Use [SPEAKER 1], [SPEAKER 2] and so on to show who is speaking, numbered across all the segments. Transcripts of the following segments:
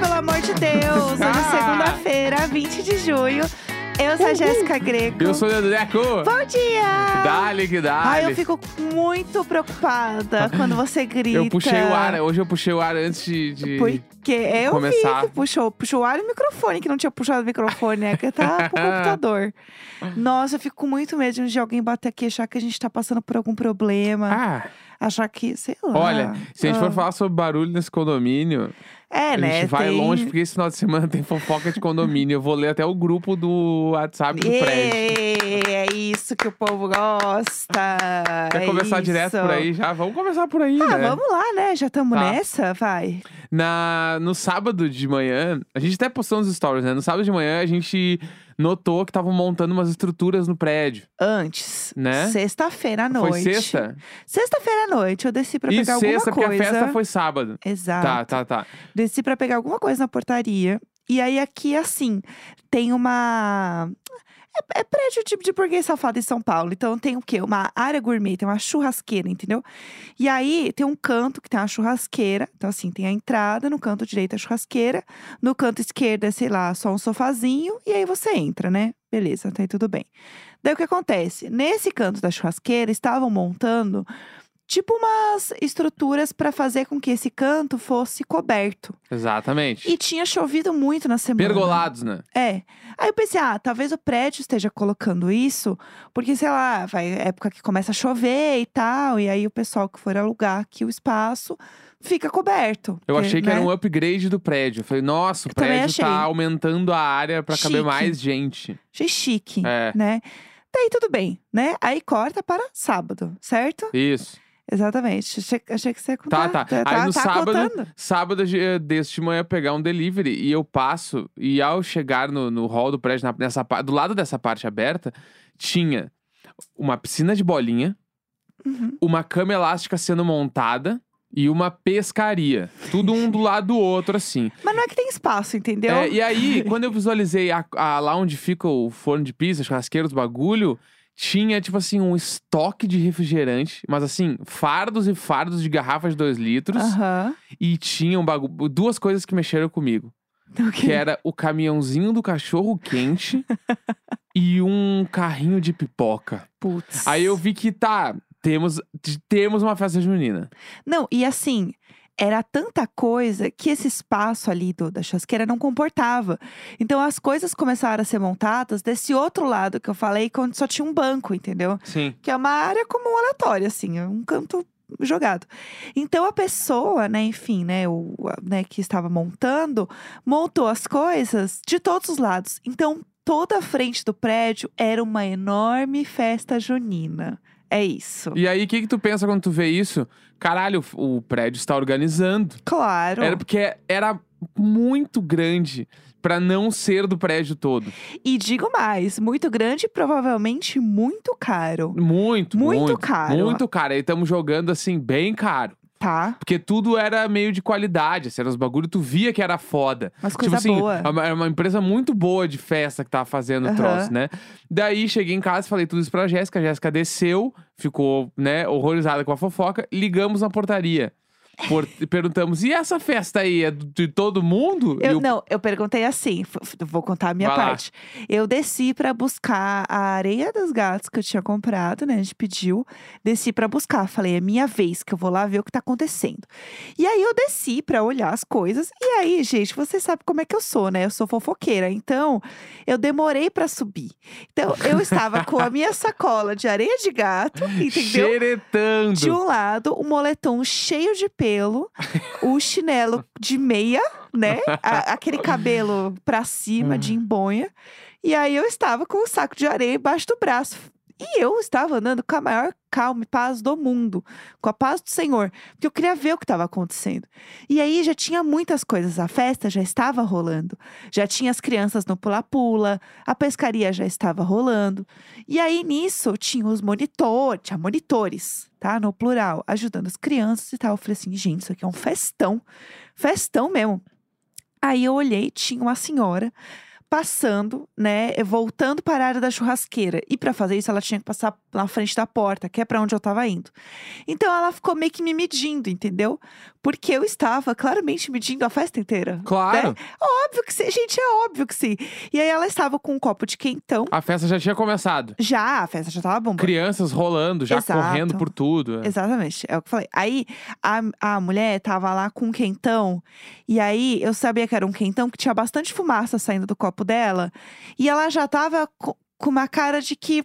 [SPEAKER 1] pelo amor de Deus! Hoje é segunda-feira, 20 de junho. Eu sou a Jéssica Greco.
[SPEAKER 2] Eu sou o Deco.
[SPEAKER 1] Bom dia!
[SPEAKER 2] Dale que dale.
[SPEAKER 1] Ai, eu fico muito preocupada quando você grita.
[SPEAKER 2] Eu puxei o ar, hoje eu puxei o ar antes de. de-
[SPEAKER 1] Porque é, eu
[SPEAKER 2] Começar.
[SPEAKER 1] vi que puxou, puxou o ar e o microfone, que não tinha puxado o microfone, né? Que tá pro computador.
[SPEAKER 2] Ah.
[SPEAKER 1] Nossa, eu fico com muito medo de alguém bater aqui e achar que a gente tá passando por algum problema.
[SPEAKER 2] Ah,
[SPEAKER 1] Achar que, sei lá.
[SPEAKER 2] olha, se a gente
[SPEAKER 1] Ah.
[SPEAKER 2] for falar sobre barulho nesse condomínio,
[SPEAKER 1] É,
[SPEAKER 2] a gente
[SPEAKER 1] né?
[SPEAKER 2] vai
[SPEAKER 1] tem-
[SPEAKER 2] longe, porque esse final de semana tem fofoca de condomínio. Eu vou ler até o grupo do WhatsApp do prédio.
[SPEAKER 1] Ê, É isso que o povo gosta.
[SPEAKER 2] Quer
[SPEAKER 1] é
[SPEAKER 2] começar
[SPEAKER 1] isso.
[SPEAKER 2] direto por aí já? Vamos começar por aí,
[SPEAKER 1] Ah,
[SPEAKER 2] né?
[SPEAKER 1] vamos lá, né? Já estamos
[SPEAKER 2] Tá.
[SPEAKER 1] nessa, vai.
[SPEAKER 2] Na, no sábado de manhã, a gente até postou nos stories, né? No sábado de manhã, a gente notou que estavam montando umas estruturas no prédio,
[SPEAKER 1] Antes,
[SPEAKER 2] Né?
[SPEAKER 1] sexta-feira à
[SPEAKER 2] Foi
[SPEAKER 1] noite.
[SPEAKER 2] sexta?
[SPEAKER 1] Sexta-feira à noite, eu desci pra
[SPEAKER 2] e
[SPEAKER 1] pegar
[SPEAKER 2] sexta,
[SPEAKER 1] alguma
[SPEAKER 2] porque
[SPEAKER 1] coisa. Ah,
[SPEAKER 2] a festa foi sábado.
[SPEAKER 1] Exato.
[SPEAKER 2] Tá, tá, tá.
[SPEAKER 1] Desci pra pegar alguma coisa na portaria. E aí aqui, assim, tem uma. É, é prédio tipo de burguês safado em São Paulo. Então tem o quê? Uma área gourmet, tem uma churrasqueira, entendeu? E aí tem um canto que tem uma churrasqueira. Então, assim, tem a entrada, no canto direito a churrasqueira. No canto esquerdo é, sei lá, só um sofazinho. E aí você entra, né? Beleza, até aí tudo bem. Daí o que acontece? Nesse canto da churrasqueira, estavam montando tipo umas estruturas para fazer com que esse canto fosse coberto.
[SPEAKER 2] Exatamente.
[SPEAKER 1] E tinha chovido muito na semana.
[SPEAKER 2] Pergolados, né?
[SPEAKER 1] É. Aí eu pensei, ah, talvez o prédio esteja colocando isso, porque, sei lá, vai é época que começa a chover e tal, e aí o pessoal que for alugar aqui o espaço fica coberto.
[SPEAKER 2] Eu
[SPEAKER 1] porque,
[SPEAKER 2] achei que
[SPEAKER 1] né?
[SPEAKER 2] era um upgrade do prédio. Eu falei, nossa, o
[SPEAKER 1] Eu também
[SPEAKER 2] prédio tá
[SPEAKER 1] achei.
[SPEAKER 2] aumentando a área pra caber
[SPEAKER 1] Chique.
[SPEAKER 2] mais gente.
[SPEAKER 1] Achei chique,
[SPEAKER 2] É.
[SPEAKER 1] né? Daí tudo bem, né? Aí corta para sábado, certo?
[SPEAKER 2] Isso.
[SPEAKER 1] Exatamente. Achei, achei que você ia
[SPEAKER 2] Tá,
[SPEAKER 1] contar.
[SPEAKER 2] tá. Aí no
[SPEAKER 1] tá
[SPEAKER 2] sábado,
[SPEAKER 1] contando.
[SPEAKER 2] sábado eh, desse de manhã pegar um delivery e eu passo e ao chegar no, no hall do prédio na- nessa pa- do lado dessa parte aberta tinha uma piscina de bolinha,
[SPEAKER 1] Uhum.
[SPEAKER 2] uma cama elástica sendo montada e uma pescaria, tudo um do lado do outro assim.
[SPEAKER 1] Mas não é que tem espaço, entendeu?
[SPEAKER 2] É, e aí quando eu visualizei a- a- lá onde fica o forno de pizza, churrasqueiro, os bagulho tinha, tipo assim, um estoque de refrigerante, mas assim, fardos e fardos de garrafas de 2 litros.
[SPEAKER 1] Aham.
[SPEAKER 2] E tinha um bagulho. Duas coisas que mexeram comigo.
[SPEAKER 1] O quê?
[SPEAKER 2] Que é era o caminhãozinho do cachorro quente e um carrinho de pipoca.
[SPEAKER 1] Putz.
[SPEAKER 2] Aí eu vi que tá, temos, t- temos uma festa junina.
[SPEAKER 1] Não, e assim, era tanta coisa que esse espaço ali do, da chasqueira não comportava. Então as coisas começaram a ser montadas desse outro lado que eu falei, quando só tinha um banco, entendeu?
[SPEAKER 2] Sim.
[SPEAKER 1] Que é uma área comum aleatória, assim, é um canto jogado. Então a pessoa, né, enfim, né, o, a- né, que estava montando, montou as coisas de todos os lados. Então toda a frente do prédio era uma enorme festa junina. É isso.
[SPEAKER 2] E aí, o que, que tu pensa quando tu vê isso? Caralho, o, o prédio está organizando.
[SPEAKER 1] Claro.
[SPEAKER 2] Era porque era muito grande pra não ser do prédio todo.
[SPEAKER 1] E digo mais, muito grande e provavelmente muito caro,
[SPEAKER 2] Muito, muito.
[SPEAKER 1] Muito caro.
[SPEAKER 2] Muito caro. Aí estamos jogando assim, bem caro.
[SPEAKER 1] tá?
[SPEAKER 2] Porque tudo era meio de qualidade, assim, era os bagulho, tu via que era foda.
[SPEAKER 1] Mas
[SPEAKER 2] tipo
[SPEAKER 1] coisa
[SPEAKER 2] assim,
[SPEAKER 1] boa.
[SPEAKER 2] é uma- era uma empresa muito boa de festa que tava fazendo o
[SPEAKER 1] Aham.
[SPEAKER 2] troço, né? Daí cheguei em casa, falei tudo isso pra Jéssica, a Jéssica desceu, ficou, né, horrorizada com a fofoca, ligamos na portaria. Por- perguntamos, e essa festa aí é de todo mundo? E
[SPEAKER 1] Eu,
[SPEAKER 2] o-
[SPEAKER 1] Não, eu perguntei assim, f- f- vou contar a minha
[SPEAKER 2] Vai lá.
[SPEAKER 1] parte. Eu desci pra buscar a areia dos gatos que eu tinha comprado, né? A gente pediu. Desci pra buscar. Falei, é minha vez que eu vou lá ver o que tá acontecendo. E aí eu desci pra olhar as coisas. E aí, gente, você sabe como é que eu sou, né? Eu sou fofoqueira. Então, eu demorei pra subir. Então, eu estava com a minha sacola de areia de gato, entendeu?
[SPEAKER 2] Xeretando.
[SPEAKER 1] De um lado, o moletom cheio de pelo, o chinelo de meia, né? A- aquele cabelo pra cima, de embonha. E aí eu estava com o saco de areia embaixo do braço. E eu estava andando com a maior calma e paz do mundo, com a paz do Senhor, porque eu queria ver o que estava acontecendo. E aí já tinha muitas coisas, a festa já estava rolando, já tinha as crianças no pula-pula, a pescaria já estava rolando. E aí, nisso, tinha os monitores, tinha monitores, tá? No plural, ajudando as crianças e tal. Eu falei assim, gente, isso aqui é um festão. Festão mesmo. Aí eu olhei, tinha uma senhora passando, né? Voltando para a área da churrasqueira. E para fazer isso, ela tinha que passar na frente da porta, que é pra onde eu tava indo. Então ela ficou meio que me medindo, entendeu? Porque eu estava claramente medindo a festa inteira.
[SPEAKER 2] Claro.
[SPEAKER 1] Óbvio que sim, gente, é óbvio que sim. E aí ela estava com um copo de quentão.
[SPEAKER 2] A festa já tinha começado.
[SPEAKER 1] Já, a festa já tava bombando.
[SPEAKER 2] Crianças rolando, já
[SPEAKER 1] Exato.
[SPEAKER 2] correndo por tudo.
[SPEAKER 1] Exatamente, é o que eu falei. Aí a, a mulher tava lá com um quentão, e aí eu sabia que era um quentão que tinha bastante fumaça saindo do copo dela, e ela já tava co- com uma cara de que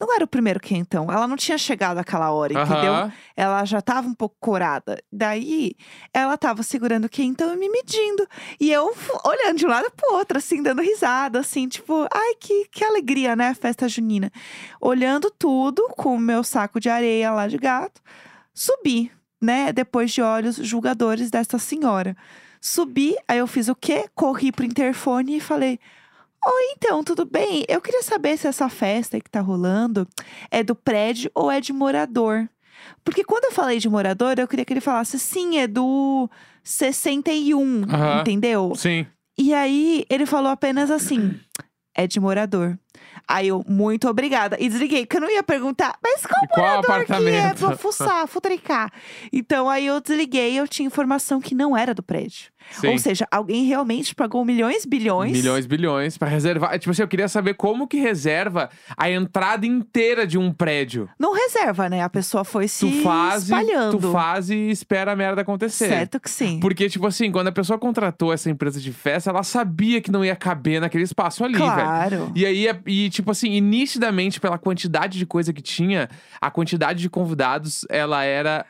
[SPEAKER 1] não era o primeiro quentão, ela não tinha chegado àquela hora, entendeu?
[SPEAKER 2] Aham.
[SPEAKER 1] Ela já tava um pouco corada. Daí ela tava segurando o quentão e me medindo, e eu fu- olhando de um lado pro outro, assim, dando risada, assim, tipo, ai que, que alegria, né? Festa junina olhando tudo com o meu saco de areia lá de gato, subi, né? Depois de olhos julgadores dessa senhora. Subi, aí eu fiz o quê? Corri pro interfone e falei: Oi, então, tudo bem? Eu queria saber se essa festa aí que tá rolando é do prédio ou é de morador. Porque quando eu falei de morador, eu queria que ele falasse: sim, é do 61,
[SPEAKER 2] Aham.
[SPEAKER 1] entendeu?
[SPEAKER 2] Sim.
[SPEAKER 1] E aí ele falou apenas assim: é de morador. Aí eu, muito obrigada. E desliguei, que eu não ia perguntar, mas qual
[SPEAKER 2] E qual
[SPEAKER 1] morador que é?
[SPEAKER 2] apartamento?
[SPEAKER 1] Vou fuçar, futricar. Então aí eu desliguei e eu tinha informação que não era do prédio.
[SPEAKER 2] Sim.
[SPEAKER 1] Ou seja, alguém realmente pagou milhões, bilhões.
[SPEAKER 2] Milhões, bilhões, pra reservar. Tipo assim, eu queria saber como que reserva a entrada inteira de um prédio.
[SPEAKER 1] Não reserva, né? A pessoa foi se
[SPEAKER 2] tu faz, e-
[SPEAKER 1] espalhando.
[SPEAKER 2] tu faz e espera a merda acontecer.
[SPEAKER 1] Certo que sim.
[SPEAKER 2] Porque, tipo assim, quando a pessoa contratou essa empresa de festa, ela sabia que não ia caber naquele espaço ali, velho.
[SPEAKER 1] claro.
[SPEAKER 2] E aí, é- e tipo assim, e nitidamente, pela quantidade de coisa que tinha, a quantidade de convidados, ela era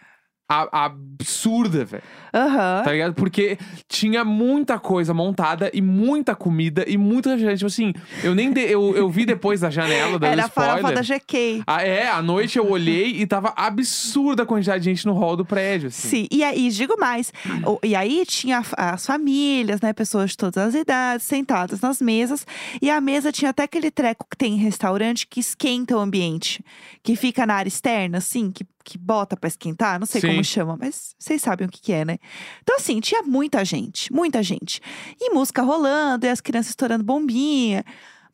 [SPEAKER 2] a- absurda, velho.
[SPEAKER 1] Aham.
[SPEAKER 2] Tá ligado? Porque tinha muita coisa montada e muita comida e muito refrigerante. Tipo assim, eu nem. de- eu, eu vi depois da janela dando
[SPEAKER 1] Era a
[SPEAKER 2] spoiler.
[SPEAKER 1] farofa da GK.
[SPEAKER 2] Ah, é, à noite eu olhei e tava absurda a quantidade de gente no hall do prédio. Assim.
[SPEAKER 1] Sim, e aí, digo mais.
[SPEAKER 2] Hum.
[SPEAKER 1] o- E aí tinha fa- as famílias, né? Pessoas de todas as idades, sentadas nas mesas. E a mesa tinha até aquele treco que tem em restaurante que esquenta o ambiente. Que fica na área externa, assim, que, que bota pra esquentar. Não sei
[SPEAKER 2] Sim.
[SPEAKER 1] como chama, mas vocês sabem o que, que é, né? Então, assim, tinha muita gente, muita gente. E música rolando, e as crianças estourando bombinha.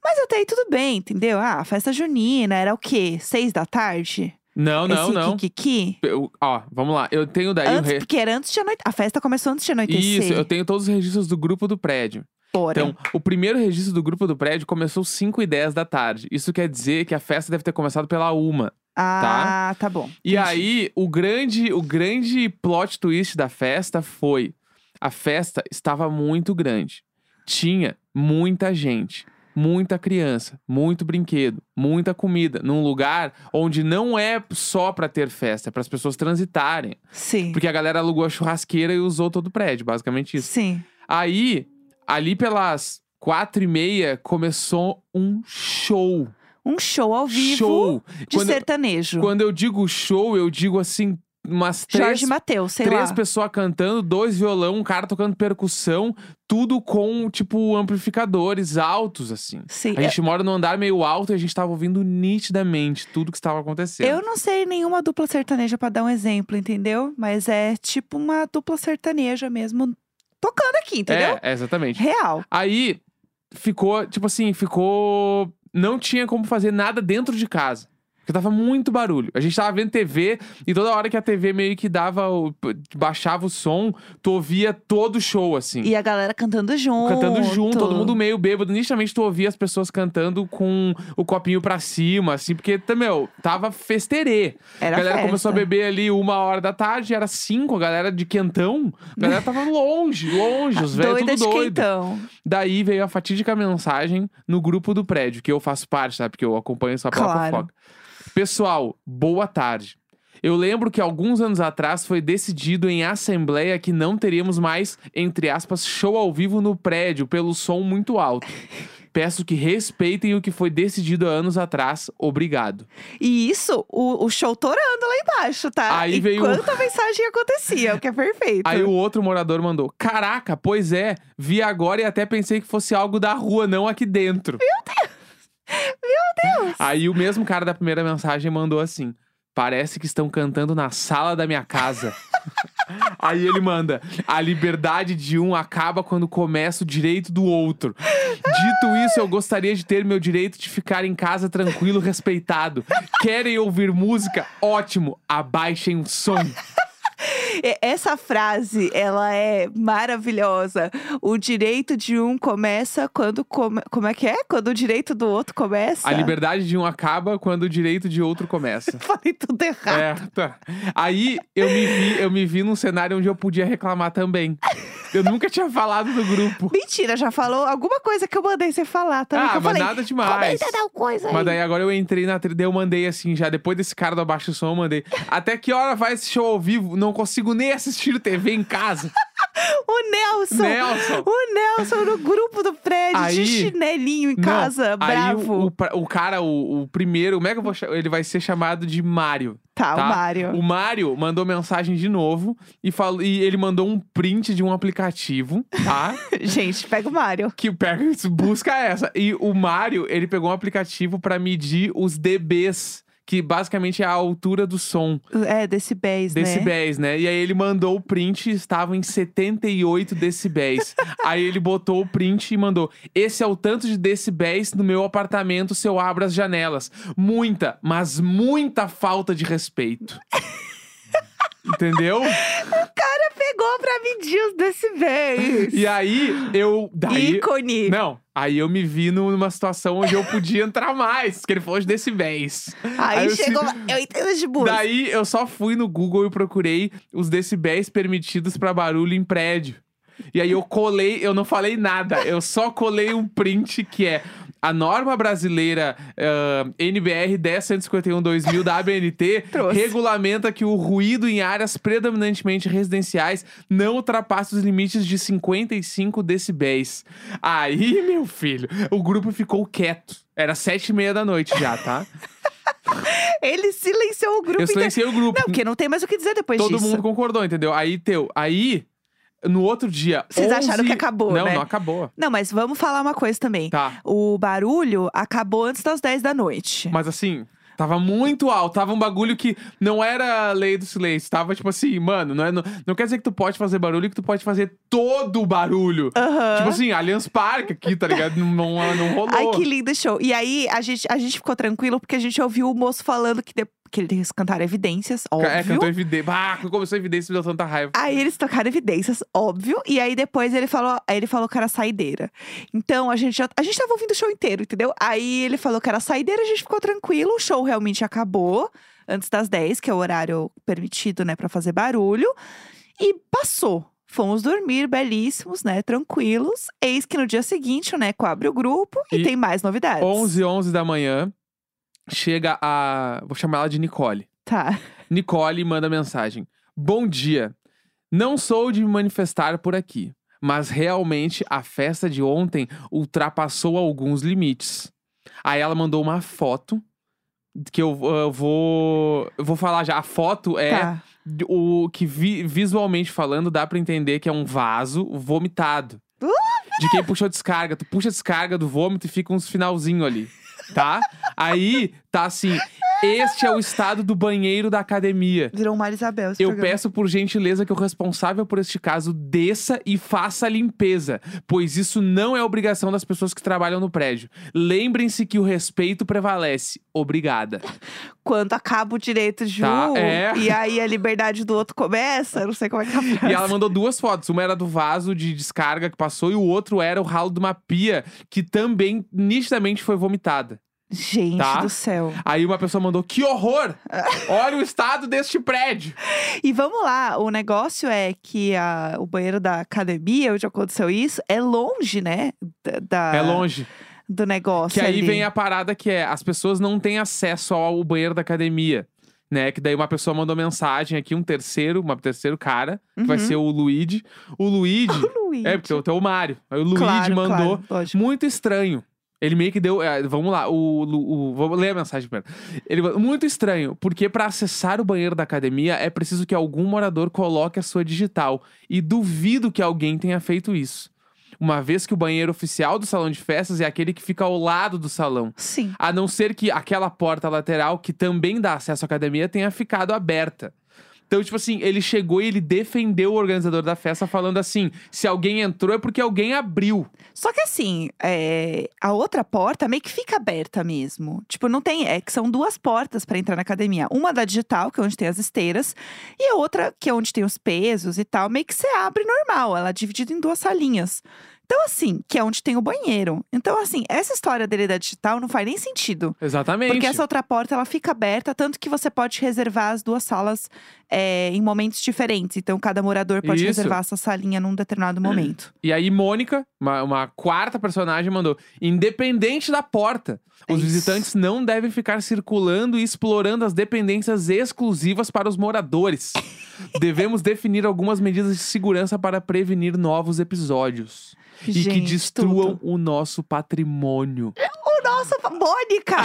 [SPEAKER 1] Mas até aí tudo bem, entendeu? Ah, festa junina, era o quê? Seis da tarde?
[SPEAKER 2] Não, não,
[SPEAKER 1] Esse
[SPEAKER 2] não.
[SPEAKER 1] Kikiki?
[SPEAKER 2] Eu- ó, vamos lá. Eu tenho daí o
[SPEAKER 1] Antes,
[SPEAKER 2] re...
[SPEAKER 1] porque era antes de anoitecer. A festa começou antes de anoitecer.
[SPEAKER 2] Isso, eu tenho todos os registros do grupo do prédio.
[SPEAKER 1] Bora.
[SPEAKER 2] Então, o primeiro registro do grupo do prédio começou 5 e 10 da tarde. Isso quer dizer que a festa deve ter começado pela uma.
[SPEAKER 1] ah, tá, bom.
[SPEAKER 2] E aí, o grande, o grande plot twist da festa foi: a festa estava muito grande. Tinha muita gente, muita criança, muito brinquedo, muita comida, num lugar onde não é só pra ter festa, é para as pessoas transitarem,
[SPEAKER 1] Sim.
[SPEAKER 2] porque a galera alugou a churrasqueira e usou todo o prédio, basicamente isso.
[SPEAKER 1] Sim.
[SPEAKER 2] Aí, ali pelas quatro e meia começou um show,
[SPEAKER 1] Um show ao vivo
[SPEAKER 2] show
[SPEAKER 1] de
[SPEAKER 2] Quando-
[SPEAKER 1] sertanejo.
[SPEAKER 2] quando eu digo show, eu digo assim, umas três,
[SPEAKER 1] Jorge Mateus, sei
[SPEAKER 2] três
[SPEAKER 1] lá.
[SPEAKER 2] pessoas cantando, dois violão, um cara tocando percussão, tudo com, tipo, amplificadores altos, assim.
[SPEAKER 1] Sim.
[SPEAKER 2] A gente mora num andar meio alto e a gente tava ouvindo nitidamente tudo que estava acontecendo.
[SPEAKER 1] Eu não sei nenhuma dupla sertaneja pra dar um exemplo, entendeu? Mas é tipo uma dupla sertaneja mesmo tocando aqui, entendeu?
[SPEAKER 2] É, é, exatamente.
[SPEAKER 1] Real.
[SPEAKER 2] Aí ficou, tipo assim, ficou. Não tinha como fazer nada dentro de casa. Porque tava muito barulho. A gente tava vendo TV e toda hora que a TV meio que dava. o- baixava o som, tu ouvia todo o show, assim.
[SPEAKER 1] E a galera cantando junto.
[SPEAKER 2] Cantando junto, todo mundo meio bêbado. Nitidamente tu ouvia as pessoas cantando com o copinho pra cima, assim, porque, tá, meu, tava festerê.
[SPEAKER 1] Era
[SPEAKER 2] a galera
[SPEAKER 1] festa.
[SPEAKER 2] começou a beber ali uma hora da tarde, era cinco, a galera de quentão. A galera tava longe, longe, os velhos
[SPEAKER 1] Doida
[SPEAKER 2] tudo
[SPEAKER 1] de então?
[SPEAKER 2] doido.
[SPEAKER 1] quentão.
[SPEAKER 2] Daí veio a fatídica mensagem no grupo do prédio, que eu faço parte, sabe? Porque eu acompanho só pela
[SPEAKER 1] Claro.
[SPEAKER 2] fofoca. Pessoal, boa tarde. Eu lembro que alguns anos atrás foi decidido em assembleia que não teríamos mais, entre aspas, show ao vivo no prédio pelo som muito alto. Peço que respeitem o que foi decidido há anos atrás. Obrigado.
[SPEAKER 1] E isso, o, o show torando lá embaixo, tá?
[SPEAKER 2] Aí veio-
[SPEAKER 1] Enquanto a mensagem acontecia, o que é perfeito.
[SPEAKER 2] Aí o outro morador mandou: Caraca, pois é, vi agora e até pensei que fosse algo da rua, não aqui dentro. Meu Deus! Meu Deus! Aí o mesmo cara da primeira mensagem mandou assim: Parece que estão cantando na sala da minha casa. Aí ele manda: a liberdade de um acaba quando começa o direito do outro. Dito isso, eu gostaria de ter meu direito de ficar em casa tranquilo, respeitado. Querem ouvir música? Ótimo, abaixem o som.
[SPEAKER 1] E- Essa frase, ela é maravilhosa. O direito de um começa quando. come- Como é que é? Quando o direito do outro começa.
[SPEAKER 2] A liberdade de um acaba quando o direito de outro começa.
[SPEAKER 1] Falei tudo errado.
[SPEAKER 2] É, tá. Aí eu me vi, eu me vi num cenário onde eu podia reclamar também. Eu nunca tinha falado do grupo.
[SPEAKER 1] Mentira, já falou alguma coisa que eu mandei você falar também.
[SPEAKER 2] É. ah,
[SPEAKER 1] que eu
[SPEAKER 2] mas
[SPEAKER 1] falei,
[SPEAKER 2] nada demais.
[SPEAKER 1] Comenta tal coisa aí.
[SPEAKER 2] Mas daí agora eu entrei na trilha, daí eu mandei assim, já depois desse cara do Abaixo Som, eu mandei. Até que hora vai esse show ao vivo? Não consigo nem assistir TV em casa.
[SPEAKER 1] O Nelson.
[SPEAKER 2] Nelson.
[SPEAKER 1] O Nelson no grupo do prédio
[SPEAKER 2] Aí-
[SPEAKER 1] de chinelinho em
[SPEAKER 2] Não.
[SPEAKER 1] casa,
[SPEAKER 2] Aí
[SPEAKER 1] bravo.
[SPEAKER 2] o, o pra- o cara, o, o primeiro, como é que eu vou cha- Ele vai ser chamado de Mário.
[SPEAKER 1] Tá,
[SPEAKER 2] tá?
[SPEAKER 1] o Mário.
[SPEAKER 2] O Mário mandou mensagem de novo e, falou, e ele mandou um print de um aplicativo, tá?
[SPEAKER 1] Gente, pega o Mário.
[SPEAKER 2] que pega, busca essa. E o Mário, ele pegou um aplicativo pra medir os dBs, que basicamente é a altura do som,
[SPEAKER 1] É, decibéis, né?
[SPEAKER 2] decibéis, né? E aí ele mandou o print e estava em 78 decibéis. aí ele botou o print e mandou: "Esse é o tanto de decibéis no meu apartamento se eu abro as janelas. Muita, mas muita falta de respeito." Entendeu?
[SPEAKER 1] Pegou pra medir os decibéis.
[SPEAKER 2] E aí né? eu daí
[SPEAKER 1] Ícone.
[SPEAKER 2] Não, aí eu me vi num- numa situação onde eu podia entrar mais, que ele falou de decibéis.
[SPEAKER 1] Aí,
[SPEAKER 2] eu se-
[SPEAKER 1] chegou. Eu entendo de música.
[SPEAKER 2] Daí eu só fui no Google e procurei os decibéis permitidos pra barulho em prédio. E aí eu colei, eu não falei nada, eu só colei um print que é a norma brasileira ah, NBR 10151-2000 da ABNT
[SPEAKER 1] Trouxe.
[SPEAKER 2] regulamenta que o ruído em áreas predominantemente residenciais não ultrapassa os limites de 55 decibéis. Aí, meu filho, o grupo ficou quieto. Era sete e meia da noite já, tá?
[SPEAKER 1] Ele silenciou o grupo
[SPEAKER 2] Eu
[SPEAKER 1] inteiro.
[SPEAKER 2] silenciei o grupo.
[SPEAKER 1] Não, porque não tem mais o que dizer depois
[SPEAKER 2] Todo
[SPEAKER 1] disso.
[SPEAKER 2] mundo concordou, entendeu? Aí, teu, aí, no outro dia.
[SPEAKER 1] Vocês
[SPEAKER 2] 11
[SPEAKER 1] acharam que acabou,
[SPEAKER 2] Não,
[SPEAKER 1] né?
[SPEAKER 2] não acabou.
[SPEAKER 1] Não, mas vamos falar uma coisa também.
[SPEAKER 2] Tá.
[SPEAKER 1] O barulho acabou antes das 10 da noite.
[SPEAKER 2] Mas assim, tava muito alto. Tava um bagulho que não era lei do silêncio. Tava tipo assim, mano, não, é, não, não quer dizer que tu pode fazer barulho, que tu pode fazer todo o barulho.
[SPEAKER 1] Aham.
[SPEAKER 2] Tipo assim, Allianz Parque aqui, tá ligado? Não, não, não rolou.
[SPEAKER 1] Ai, que lindo show. E aí, a gente, a gente ficou tranquilo porque a gente ouviu o moço falando que, de- que eles cantaram evidências, óbvio.
[SPEAKER 2] É, cantou evidência. Bah, quando começou a evidência, me deu tanta raiva.
[SPEAKER 1] Aí eles tocaram evidências, óbvio. E aí depois ele falou, aí ele falou que era saideira. Então a gente já, a gente tava ouvindo o show inteiro, entendeu? Aí ele falou que era saideira, a gente ficou tranquilo, o show realmente acabou antes das 10, que é o horário permitido, né, pra fazer barulho. E passou. Fomos dormir belíssimos, né, tranquilos. Eis que no dia seguinte, né, abre o grupo e,
[SPEAKER 2] E
[SPEAKER 1] tem mais novidades.
[SPEAKER 2] 11, 11 da manhã, chega a. Vou chamar ela de Nicole.
[SPEAKER 1] Tá.
[SPEAKER 2] Nicole manda mensagem. Bom dia. Não sou de me manifestar por aqui, mas realmente a festa de ontem ultrapassou alguns limites. Aí ela mandou uma foto que eu, eu vou eu vou falar já. A foto é
[SPEAKER 1] Tá.
[SPEAKER 2] de- o que vi- visualmente falando dá pra entender que é um vaso vomitado. De quem puxou descarga. Tu puxa a descarga do vômito e fica uns finalzinho ali, tá? Aí tá assim: este é o estado do banheiro da academia.
[SPEAKER 1] Virou uma Isabel esse
[SPEAKER 2] Eu
[SPEAKER 1] programa.
[SPEAKER 2] peço por gentileza que o responsável por este caso desça e faça a limpeza, pois isso não é obrigação das pessoas que trabalham no prédio. Lembrem-se que o respeito prevalece. Obrigada.
[SPEAKER 1] Quando acaba o direito de
[SPEAKER 2] Tá,
[SPEAKER 1] um
[SPEAKER 2] é.
[SPEAKER 1] e aí a liberdade do outro começa, eu não sei como é que é a frase.
[SPEAKER 2] E ela mandou duas fotos. Uma era do vaso de descarga que passou e o outro era o ralo de uma pia que também nitidamente foi vomitada.
[SPEAKER 1] Gente
[SPEAKER 2] Tá?
[SPEAKER 1] do céu.
[SPEAKER 2] Aí uma pessoa mandou: Que horror! Olha o estado deste prédio!
[SPEAKER 1] E vamos lá, o negócio é que a- o banheiro da academia, onde aconteceu isso, é longe, né? da- da-
[SPEAKER 2] É longe.
[SPEAKER 1] Do negócio.
[SPEAKER 2] Que aí
[SPEAKER 1] ali.
[SPEAKER 2] vem a parada que é: as pessoas não têm acesso ao banheiro da academia. Né, que daí uma pessoa mandou mensagem aqui, um terceiro, uma terceiro cara, que vai
[SPEAKER 1] Uhum.
[SPEAKER 2] ser o Luigi. O Luigi.
[SPEAKER 1] O Luigi.
[SPEAKER 2] é, porque tem o Mário. Aí o Luigi
[SPEAKER 1] claro,
[SPEAKER 2] mandou.
[SPEAKER 1] Claro, lógico.
[SPEAKER 2] Muito estranho. Ele meio que deu. é, vamos lá, o, o- o- vamos ler a mensagem primeiro. Ele falou, muito estranho, porque para acessar o banheiro da academia é preciso que algum morador coloque a sua digital. E duvido que alguém tenha feito isso. Uma vez que o banheiro oficial do salão de festas é aquele que fica ao lado do salão.
[SPEAKER 1] Sim.
[SPEAKER 2] A não ser que aquela porta lateral, que também dá acesso à academia, tenha ficado aberta. Então, tipo assim, ele chegou e ele defendeu o organizador da festa, falando assim: se alguém entrou é porque alguém abriu.
[SPEAKER 1] Só que assim, é, a outra porta meio que fica aberta mesmo. Tipo, não tem. É que são duas portas pra entrar na academia. Uma da digital, que é onde tem as esteiras, e a outra, que é onde tem os pesos e tal, meio que você abre normal. Ela é dividida em duas salinhas. Então, assim, que é onde tem o banheiro. Então, assim, essa história dele da digital não faz nem sentido.
[SPEAKER 2] Exatamente.
[SPEAKER 1] Porque essa outra porta ela fica aberta, tanto que você pode reservar as duas salas é, em momentos diferentes. Então, cada morador pode
[SPEAKER 2] Isso.
[SPEAKER 1] reservar essa salinha num determinado momento.
[SPEAKER 2] E aí, Mônica, uma, uma quarta personagem, mandou: independente da porta, os
[SPEAKER 1] É Isso.
[SPEAKER 2] visitantes não devem ficar circulando e explorando as dependências exclusivas para os moradores. Devemos definir algumas medidas de segurança para prevenir novos episódios. e que
[SPEAKER 1] Gente,
[SPEAKER 2] destruam
[SPEAKER 1] tudo.
[SPEAKER 2] o nosso patrimônio.
[SPEAKER 1] Ô, nossa, Mônica!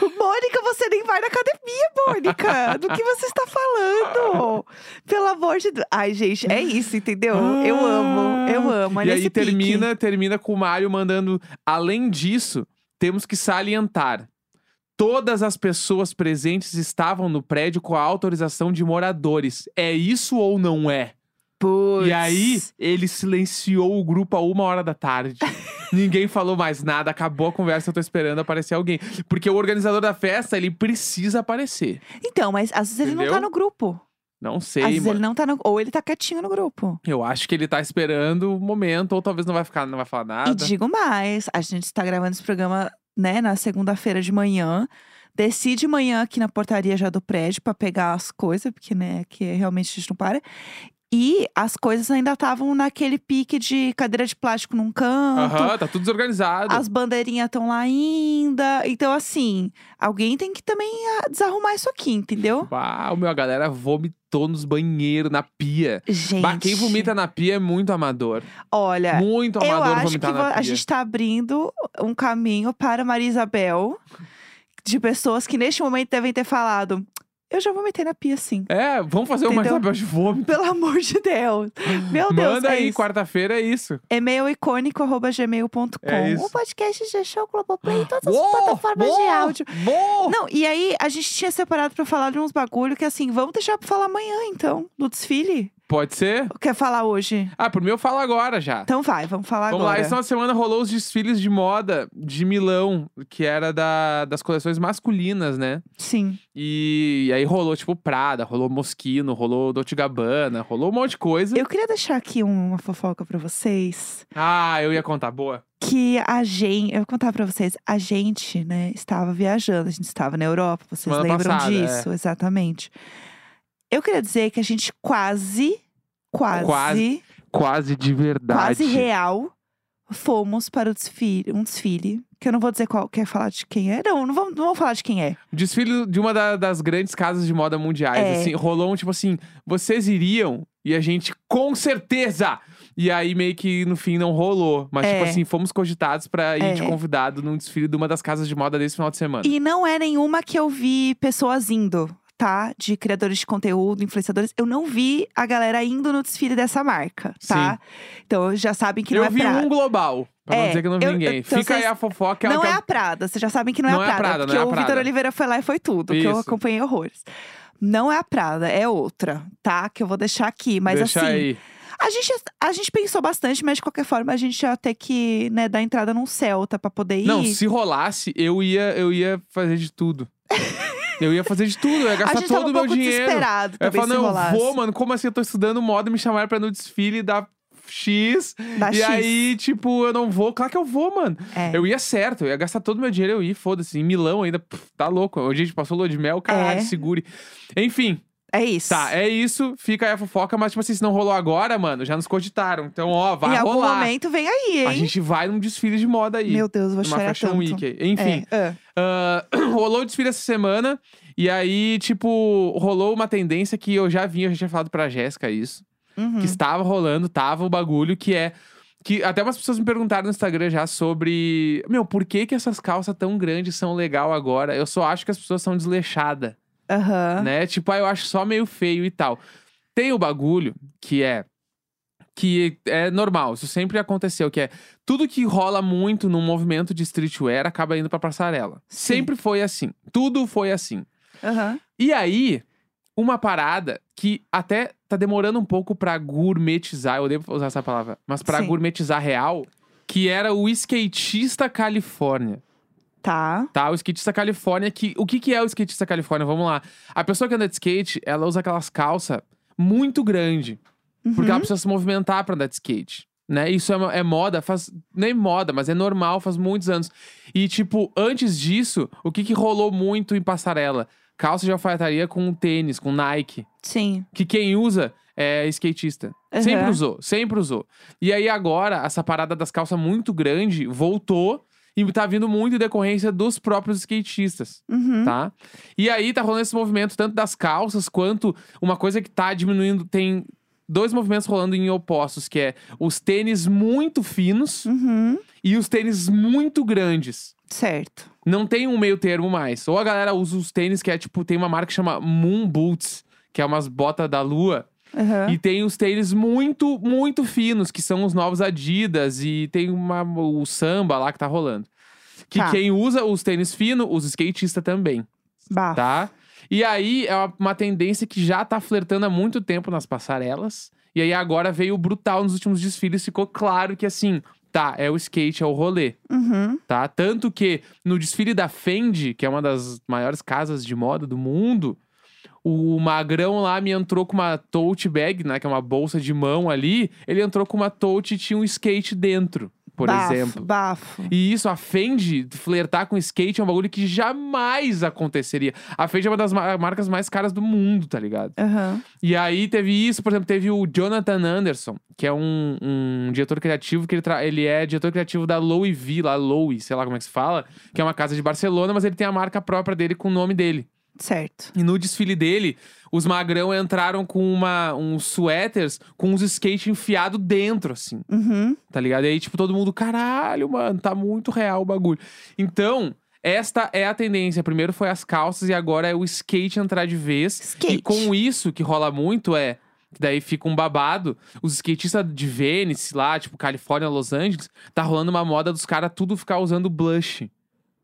[SPEAKER 1] Mônica, você nem vai na academia, Mônica! Do que você está falando? Pelo amor de Deus. Ai, gente, é isso, entendeu? Eu amo, eu amo. É
[SPEAKER 2] Ah. e
[SPEAKER 1] nesse
[SPEAKER 2] aí
[SPEAKER 1] pique.
[SPEAKER 2] termina, termina com o Mário mandando. Além disso, temos que salientar. Todas as pessoas presentes estavam no prédio com a autorização de moradores. É isso ou não é?
[SPEAKER 1] Puts.
[SPEAKER 2] E aí, ele silenciou o grupo a uma hora da tarde. Ninguém falou mais nada, acabou a conversa, eu tô esperando aparecer alguém. Porque o organizador da festa, ele precisa aparecer.
[SPEAKER 1] Então, mas às vezes ele não tá
[SPEAKER 2] Entendeu?
[SPEAKER 1] no grupo.
[SPEAKER 2] Não sei,
[SPEAKER 1] às vezes
[SPEAKER 2] mano.
[SPEAKER 1] ele não tá no. Ou ele tá quietinho no grupo.
[SPEAKER 2] Eu acho que ele tá esperando o momento, ou talvez não vai ficar, não vai falar nada.
[SPEAKER 1] E digo mais, a gente está gravando esse programa, né, na segunda-feira de manhã. Desci de manhã aqui na portaria já do prédio para pegar as coisas, porque, né, que realmente a gente não para. E as coisas ainda estavam naquele pique de cadeira de plástico num canto.
[SPEAKER 2] Aham, tá tudo desorganizado.
[SPEAKER 1] As bandeirinhas estão lá ainda. Então, assim, alguém tem que também ah, desarrumar isso aqui, entendeu?
[SPEAKER 2] Uau, meu, a galera vomitou nos banheiros, na pia.
[SPEAKER 1] Gente.
[SPEAKER 2] Bah, quem vomita na pia é muito amador.
[SPEAKER 1] Olha,
[SPEAKER 2] Muito
[SPEAKER 1] Eu
[SPEAKER 2] amador
[SPEAKER 1] acho que
[SPEAKER 2] vomitar
[SPEAKER 1] vo-
[SPEAKER 2] na pia.
[SPEAKER 1] a gente está abrindo um caminho para Maria Isabel de pessoas que neste momento devem ter falado. Eu já vou meter na pia, sim.
[SPEAKER 2] É, vamos fazer uma
[SPEAKER 1] Entendeu?
[SPEAKER 2] tabela de vômito.
[SPEAKER 1] Pelo amor de Deus. Meu Deus,
[SPEAKER 2] Manda
[SPEAKER 1] é
[SPEAKER 2] aí,
[SPEAKER 1] isso.
[SPEAKER 2] quarta-feira é isso.
[SPEAKER 1] E-mail icônico.gmail.com.
[SPEAKER 2] É isso.
[SPEAKER 1] o podcast já show Globoplay em todas as
[SPEAKER 2] Uou,
[SPEAKER 1] plataformas de
[SPEAKER 2] uou,
[SPEAKER 1] áudio.
[SPEAKER 2] uou.
[SPEAKER 1] Não, e aí a gente tinha separado pra falar de uns bagulho que assim, vamos deixar pra falar amanhã, então, do desfile.
[SPEAKER 2] Pode ser?
[SPEAKER 1] Quer falar hoje?
[SPEAKER 2] Ah, por mim eu falo agora já.
[SPEAKER 1] Então vai, vamos falar
[SPEAKER 2] Vamos lá,
[SPEAKER 1] agora.
[SPEAKER 2] essa uma semana rolou os desfiles de moda de Milão, que era da, das coleções masculinas, né?
[SPEAKER 1] Sim.
[SPEAKER 2] E, e aí rolou, tipo, Prada, rolou Moschino, rolou Dolce Gabbana, rolou um monte de coisa.
[SPEAKER 1] Eu queria deixar aqui uma fofoca pra vocês.
[SPEAKER 2] Ah, eu ia contar, boa.
[SPEAKER 1] que a gente, eu vou contar pra vocês, a gente, né, estava viajando, a gente estava na Europa, vocês
[SPEAKER 2] Semana
[SPEAKER 1] lembram
[SPEAKER 2] passada, é.
[SPEAKER 1] disso, exatamente. Eu queria dizer que a gente quase, quase,
[SPEAKER 2] Quase,
[SPEAKER 1] quase,
[SPEAKER 2] Quase de verdade.
[SPEAKER 1] real fomos para o desfile, um desfile, que eu não vou dizer qual, quer falar de quem é, não, não vamos, não vamos falar de quem é.
[SPEAKER 2] Desfile de uma da- das grandes casas de moda mundiais.
[SPEAKER 1] É.
[SPEAKER 2] Assim, rolou um tipo assim: vocês iriam e a gente com certeza. E aí meio que no fim não rolou. Mas tipo
[SPEAKER 1] É.
[SPEAKER 2] assim, fomos cogitados pra ir de
[SPEAKER 1] É.
[SPEAKER 2] convidado num desfile de uma das casas de moda desse final de semana.
[SPEAKER 1] E não é nenhuma que eu vi pessoas indo, tá? De criadores de conteúdo, influenciadores. Eu não vi a galera indo no desfile dessa marca, tá? Então já sabem que
[SPEAKER 2] eu
[SPEAKER 1] não é
[SPEAKER 2] vi
[SPEAKER 1] pra...
[SPEAKER 2] um global, pra não
[SPEAKER 1] É,
[SPEAKER 2] dizer que eu não vi
[SPEAKER 1] eu-
[SPEAKER 2] ninguém.
[SPEAKER 1] então
[SPEAKER 2] Fica aí
[SPEAKER 1] vocês-
[SPEAKER 2] a fofoca.
[SPEAKER 1] não
[SPEAKER 2] que
[SPEAKER 1] é
[SPEAKER 2] eu-
[SPEAKER 1] a Prada, vocês já sabem que não,
[SPEAKER 2] Não é
[SPEAKER 1] é
[SPEAKER 2] a
[SPEAKER 1] a Prada,
[SPEAKER 2] Prada, não
[SPEAKER 1] porque
[SPEAKER 2] é a
[SPEAKER 1] o Vitor
[SPEAKER 2] Prada.
[SPEAKER 1] Oliveira foi lá e foi tudo, que eu
[SPEAKER 2] Isso.
[SPEAKER 1] acompanhei horrores. Não é a Prada, é outra, tá? Que eu vou deixar aqui, mas
[SPEAKER 2] Deixa
[SPEAKER 1] assim,
[SPEAKER 2] aí.
[SPEAKER 1] a gente a gente pensou bastante, mas de qualquer forma a gente ia ter que, né, dar entrada num Celta pra poder ir.
[SPEAKER 2] Não, se rolasse, eu ia, eu ia fazer de tudo. eu ia fazer de tudo, eu ia
[SPEAKER 1] a
[SPEAKER 2] gastar
[SPEAKER 1] gente
[SPEAKER 2] todo
[SPEAKER 1] tava
[SPEAKER 2] o
[SPEAKER 1] um
[SPEAKER 2] meu
[SPEAKER 1] pouco
[SPEAKER 2] dinheiro.
[SPEAKER 1] desesperado
[SPEAKER 2] Eu ia
[SPEAKER 1] também
[SPEAKER 2] falar,
[SPEAKER 1] se
[SPEAKER 2] não, eu
[SPEAKER 1] rolasse.
[SPEAKER 2] vou, mano, como assim? Eu tô estudando moda, me chamaram pra ir no desfile da X.
[SPEAKER 1] Da
[SPEAKER 2] e
[SPEAKER 1] X.
[SPEAKER 2] aí, tipo, eu não vou. Claro que eu vou, mano.
[SPEAKER 1] É.
[SPEAKER 2] Eu ia certo, eu ia gastar todo o meu dinheiro, eu ia, foda-se. Em Milão ainda, pff, tá louco. Onde a gente passou lua de mel, caralho,
[SPEAKER 1] É.
[SPEAKER 2] segure. Enfim,
[SPEAKER 1] É isso.
[SPEAKER 2] tá, é isso. Fica aí a fofoca, mas, tipo assim, se não rolou agora, mano, já nos cogitaram. Então, ó, vai
[SPEAKER 1] em algum
[SPEAKER 2] rolar.
[SPEAKER 1] momento vem aí, hein?
[SPEAKER 2] a gente vai num desfile de moda aí.
[SPEAKER 1] Meu Deus, eu vou
[SPEAKER 2] numa
[SPEAKER 1] chorar
[SPEAKER 2] Fashion
[SPEAKER 1] tanto.
[SPEAKER 2] Week. aí. Enfim,
[SPEAKER 1] É, ah,
[SPEAKER 2] ah, rolou o desfile essa semana. E aí, tipo, rolou uma tendência que eu já vinha, eu já tinha falado pra Jéssica isso.
[SPEAKER 1] uhum.
[SPEAKER 2] Que estava rolando, tava o bagulho, que é. Que até umas pessoas me perguntaram no Instagram já sobre. Meu, por que que essas calças tão grandes são legal agora? Eu só acho que as pessoas são desleixadas,
[SPEAKER 1] Aham.
[SPEAKER 2] né? Tipo, ah, eu acho só meio feio e tal. Tem o bagulho que é. Que é normal, isso sempre aconteceu, que é tudo que rola muito num movimento de streetwear acaba indo pra passarela.
[SPEAKER 1] Sim.
[SPEAKER 2] Sempre foi assim. Tudo foi assim.
[SPEAKER 1] Aham.
[SPEAKER 2] E aí, uma parada que até tá demorando um pouco pra gourmetizar, eu odeio usar essa palavra, mas pra
[SPEAKER 1] Sim.
[SPEAKER 2] gourmetizar real, que era o skatista Califórnia,
[SPEAKER 1] Tá.
[SPEAKER 2] tá? O skatista Califórnia que o que que é o skatista Califórnia? Vamos lá. A pessoa que anda de skate, ela usa aquelas calças muito grande, porque ela
[SPEAKER 1] Uhum.
[SPEAKER 2] precisa se movimentar pra andar de skate. Né? Isso é, uma- é moda, faz. Nem moda, mas é normal, faz muitos anos. E, tipo, antes disso, o que, que rolou muito em passarela? Calça de alfaiataria com tênis, com Nike.
[SPEAKER 1] Sim.
[SPEAKER 2] Que quem usa é skatista.
[SPEAKER 1] Aham.
[SPEAKER 2] Sempre usou, sempre usou. E aí agora, essa parada das calças muito grande voltou e tá vindo muito em decorrência dos próprios skatistas
[SPEAKER 1] Uhum.
[SPEAKER 2] tá? E aí tá rolando esse movimento tanto das calças quanto uma coisa que tá diminuindo, tem dois movimentos rolando em opostos, que é os tênis muito finos
[SPEAKER 1] Uhum.
[SPEAKER 2] e os tênis muito grandes.
[SPEAKER 1] Certo.
[SPEAKER 2] Não tem um meio termo mais. Ou a galera usa os tênis que é tipo, tem uma marca que chama Moon Boots, que é umas botas da lua,
[SPEAKER 1] Aham.
[SPEAKER 2] e tem os tênis muito, muito finos, que são os novos Adidas e tem uma, o samba lá que tá rolando. Que
[SPEAKER 1] Tá.
[SPEAKER 2] quem usa os tênis finos, os skatistas também
[SPEAKER 1] Bah.
[SPEAKER 2] tá? E aí é uma, uma tendência que já tá flertando há muito tempo nas passarelas. E aí agora veio o brutal nos últimos desfiles, ficou claro que assim, tá, é o skate, é o rolê,
[SPEAKER 1] Uhum.
[SPEAKER 2] tá? Tanto que no desfile da Fendi, que é uma das maiores casas de moda do mundo, o magrão lá me entrou com uma tote bag, né, que é uma bolsa de mão ali, ele entrou com uma tote e tinha um skate dentro, por
[SPEAKER 1] Bafo,
[SPEAKER 2] exemplo.
[SPEAKER 1] Bafo.
[SPEAKER 2] E isso, a Fendi, flertar com skate é um bagulho que jamais aconteceria. A Fendi é uma das ma- marcas mais caras do mundo, tá ligado?
[SPEAKER 1] Aham.
[SPEAKER 2] E aí teve isso, por exemplo, teve o Jonathan Anderson, que é um, um diretor criativo, que ele, tra- ele é diretor criativo da Louis V, lá, Louis, sei lá como é que se fala, que é uma casa de Barcelona, mas ele tem a marca própria dele com o nome dele.
[SPEAKER 1] Certo.
[SPEAKER 2] E no desfile dele, os magrão entraram com uma, uns suéteres com uns skate enfiado dentro, assim.
[SPEAKER 1] Uhum.
[SPEAKER 2] Tá ligado? E aí, tipo, todo mundo, caralho, mano, tá muito real o bagulho. Então, esta é a tendência. Primeiro foi as calças e agora é o skate entrar de vez. E
[SPEAKER 1] Skate.
[SPEAKER 2] com isso, que rola muito é. Que daí fica um babado. Os skatistas de Vênice, lá, tipo, Califórnia, Los Angeles, tá rolando uma moda dos caras tudo ficar usando blush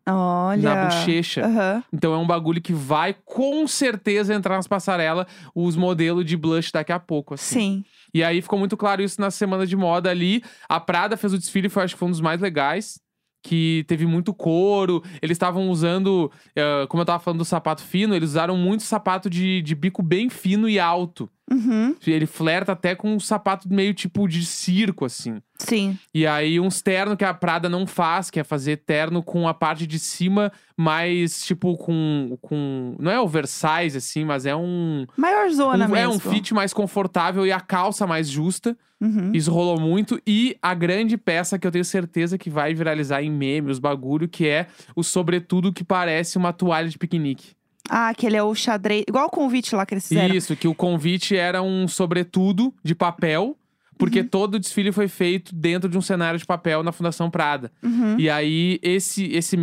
[SPEAKER 1] Olha.
[SPEAKER 2] na bochecha.
[SPEAKER 1] Aham.
[SPEAKER 2] Então é um bagulho que vai com certeza entrar nas passarelas os modelos de blush daqui a pouco, assim.
[SPEAKER 1] Sim.
[SPEAKER 2] E aí ficou muito claro isso na semana de moda ali. A Prada fez o desfile, foi, acho que foi um dos mais legais. Que teve muito couro. Eles estavam usando, eh, como eu tava falando do sapato fino, eles usaram muito sapato de, de bico bem fino e alto.
[SPEAKER 1] Uhum.
[SPEAKER 2] Ele flerta até com um sapato meio tipo de circo, assim.
[SPEAKER 1] Sim.
[SPEAKER 2] E aí, uns terno que a Prada não faz, que é fazer terno com a parte de cima mais, tipo, com. com não é oversize, assim, mas é um.
[SPEAKER 1] Maior zona
[SPEAKER 2] um- é
[SPEAKER 1] mesmo.
[SPEAKER 2] um fit mais confortável e a calça mais justa.
[SPEAKER 1] Uhum.
[SPEAKER 2] Isso rolou muito. E a grande peça que eu tenho certeza que vai viralizar em memes, os bagulho, que é o sobretudo que parece uma toalha de piquenique.
[SPEAKER 1] Ah, que ele é o xadrez. Igual o convite lá que eles fizeram.
[SPEAKER 2] Isso, que o convite era um sobretudo de papel, porque todo o desfile foi feito dentro de um cenário de papel na Fundação Prada.
[SPEAKER 1] Uhum.
[SPEAKER 2] E aí, esse, esse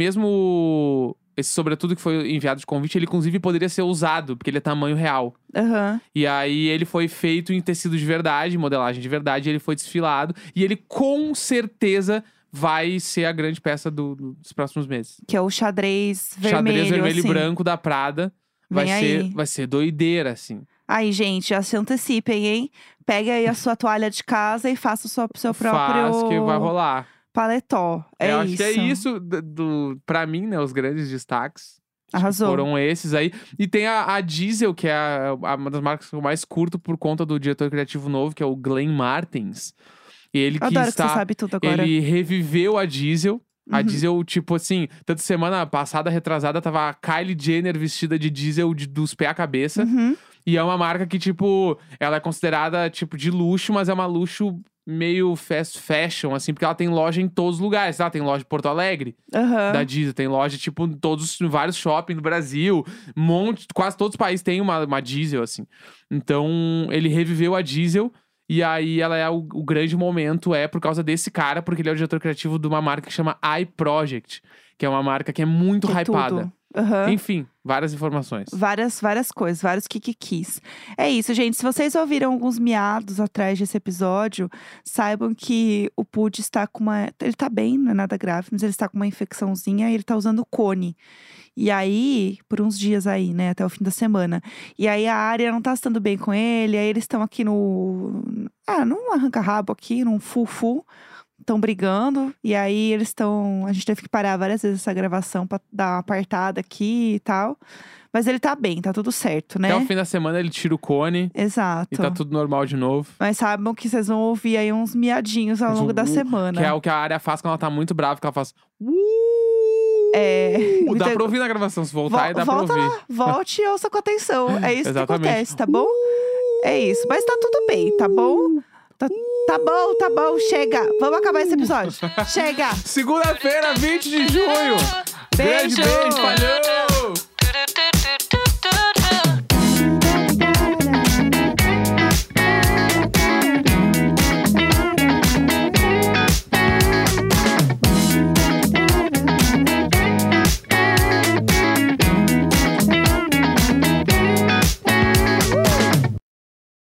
[SPEAKER 2] mesmo. Esse sobretudo que foi enviado de convite, ele inclusive poderia ser usado, porque ele é tamanho real.
[SPEAKER 1] Aham.
[SPEAKER 2] E aí ele foi feito em tecido de verdade, modelagem de verdade, e ele foi desfilado e ele com certeza vai ser a grande peça do- do- dos próximos meses.
[SPEAKER 1] Que é o xadrez vermelho.
[SPEAKER 2] Xadrez vermelho
[SPEAKER 1] assim.
[SPEAKER 2] e branco da Prada vai
[SPEAKER 1] Vem aí.
[SPEAKER 2] ser, vai ser doideira assim.
[SPEAKER 1] Aí, gente, já se antecipem, hein? Pegue aí a sua toalha de casa e faça É o seu, seu próprio
[SPEAKER 2] Faz que vai rolar.
[SPEAKER 1] paletó. É isso.
[SPEAKER 2] Eu acho que é isso do, do para mim, né, os grandes destaques.
[SPEAKER 1] Arrasou.
[SPEAKER 2] Foram esses aí. E tem a, a Diesel, que é a- a- uma das marcas que eu mais curto por conta do diretor criativo novo, que é o Glenn Martins. E ele que
[SPEAKER 1] Adoro
[SPEAKER 2] está
[SPEAKER 1] que você sabe tudo agora.
[SPEAKER 2] Ele reviveu a Diesel. A
[SPEAKER 1] Uhum.
[SPEAKER 2] Diesel, tipo assim, tanto semana passada, retrasada, tava a Kylie Jenner vestida de Diesel de- dos pés à cabeça.
[SPEAKER 1] Uhum.
[SPEAKER 2] E é uma marca que, tipo, ela é considerada, tipo, de luxo, mas é uma luxo meio fast fashion, assim, porque ela tem loja em todos os lugares, tá? Tem loja em Porto Alegre,
[SPEAKER 1] Aham.
[SPEAKER 2] da Diesel, tem loja, tipo, em todos, em vários shoppings do Brasil, monte, quase todos os países têm uma, uma Diesel, assim. Então, ele reviveu a Diesel. E aí, ela é o, o grande momento é por causa desse cara, porque ele é o diretor criativo de uma marca que chama iProject, que é uma marca que é muito
[SPEAKER 1] Que
[SPEAKER 2] hypada.
[SPEAKER 1] tudo. Aham.
[SPEAKER 2] Enfim, várias informações.
[SPEAKER 1] Várias, várias coisas, vários kikikis. É isso, gente. Se vocês ouviram alguns miados atrás desse episódio, saibam que o Pud está com uma. Ele tá bem, não é nada grave, mas ele está com uma infecçãozinha e ele tá usando cone. E aí, por uns dias aí, né, até o fim da semana. E aí a área não tá estando bem com ele, aí eles estão aqui no. Ah, num arranca-rabo aqui, num fufu. Estão brigando, e aí eles estão. A gente teve que parar várias vezes essa gravação pra dar uma apartada aqui e tal. Mas ele tá bem, tá tudo certo, né?
[SPEAKER 2] Até o fim da semana ele tira o cone
[SPEAKER 1] Exato.
[SPEAKER 2] Então, e tá tudo normal de novo.
[SPEAKER 1] Mas saibam que vocês vão ouvir aí uns miadinhos ao
[SPEAKER 2] Mas
[SPEAKER 1] longo
[SPEAKER 2] o-
[SPEAKER 1] da
[SPEAKER 2] o-
[SPEAKER 1] semana.
[SPEAKER 2] Que é o que a área faz quando ela tá muito brava, que ela faz. "Uh!"
[SPEAKER 1] É,
[SPEAKER 2] Dá
[SPEAKER 1] então-
[SPEAKER 2] pra ouvir na gravação, se voltar,
[SPEAKER 1] Vo-
[SPEAKER 2] e dá
[SPEAKER 1] volta
[SPEAKER 2] pra ouvir.
[SPEAKER 1] lá, volte e ouça com atenção. É isso que
[SPEAKER 2] Exatamente.
[SPEAKER 1] acontece, tá bom? É isso. Mas tá tudo bem, tá bom? Tá, tá bom, tá bom, chega. Vamos acabar esse episódio. chega!
[SPEAKER 2] Segunda-feira, 20 de junho. Grande
[SPEAKER 1] Beijo.
[SPEAKER 2] beijo, valeu!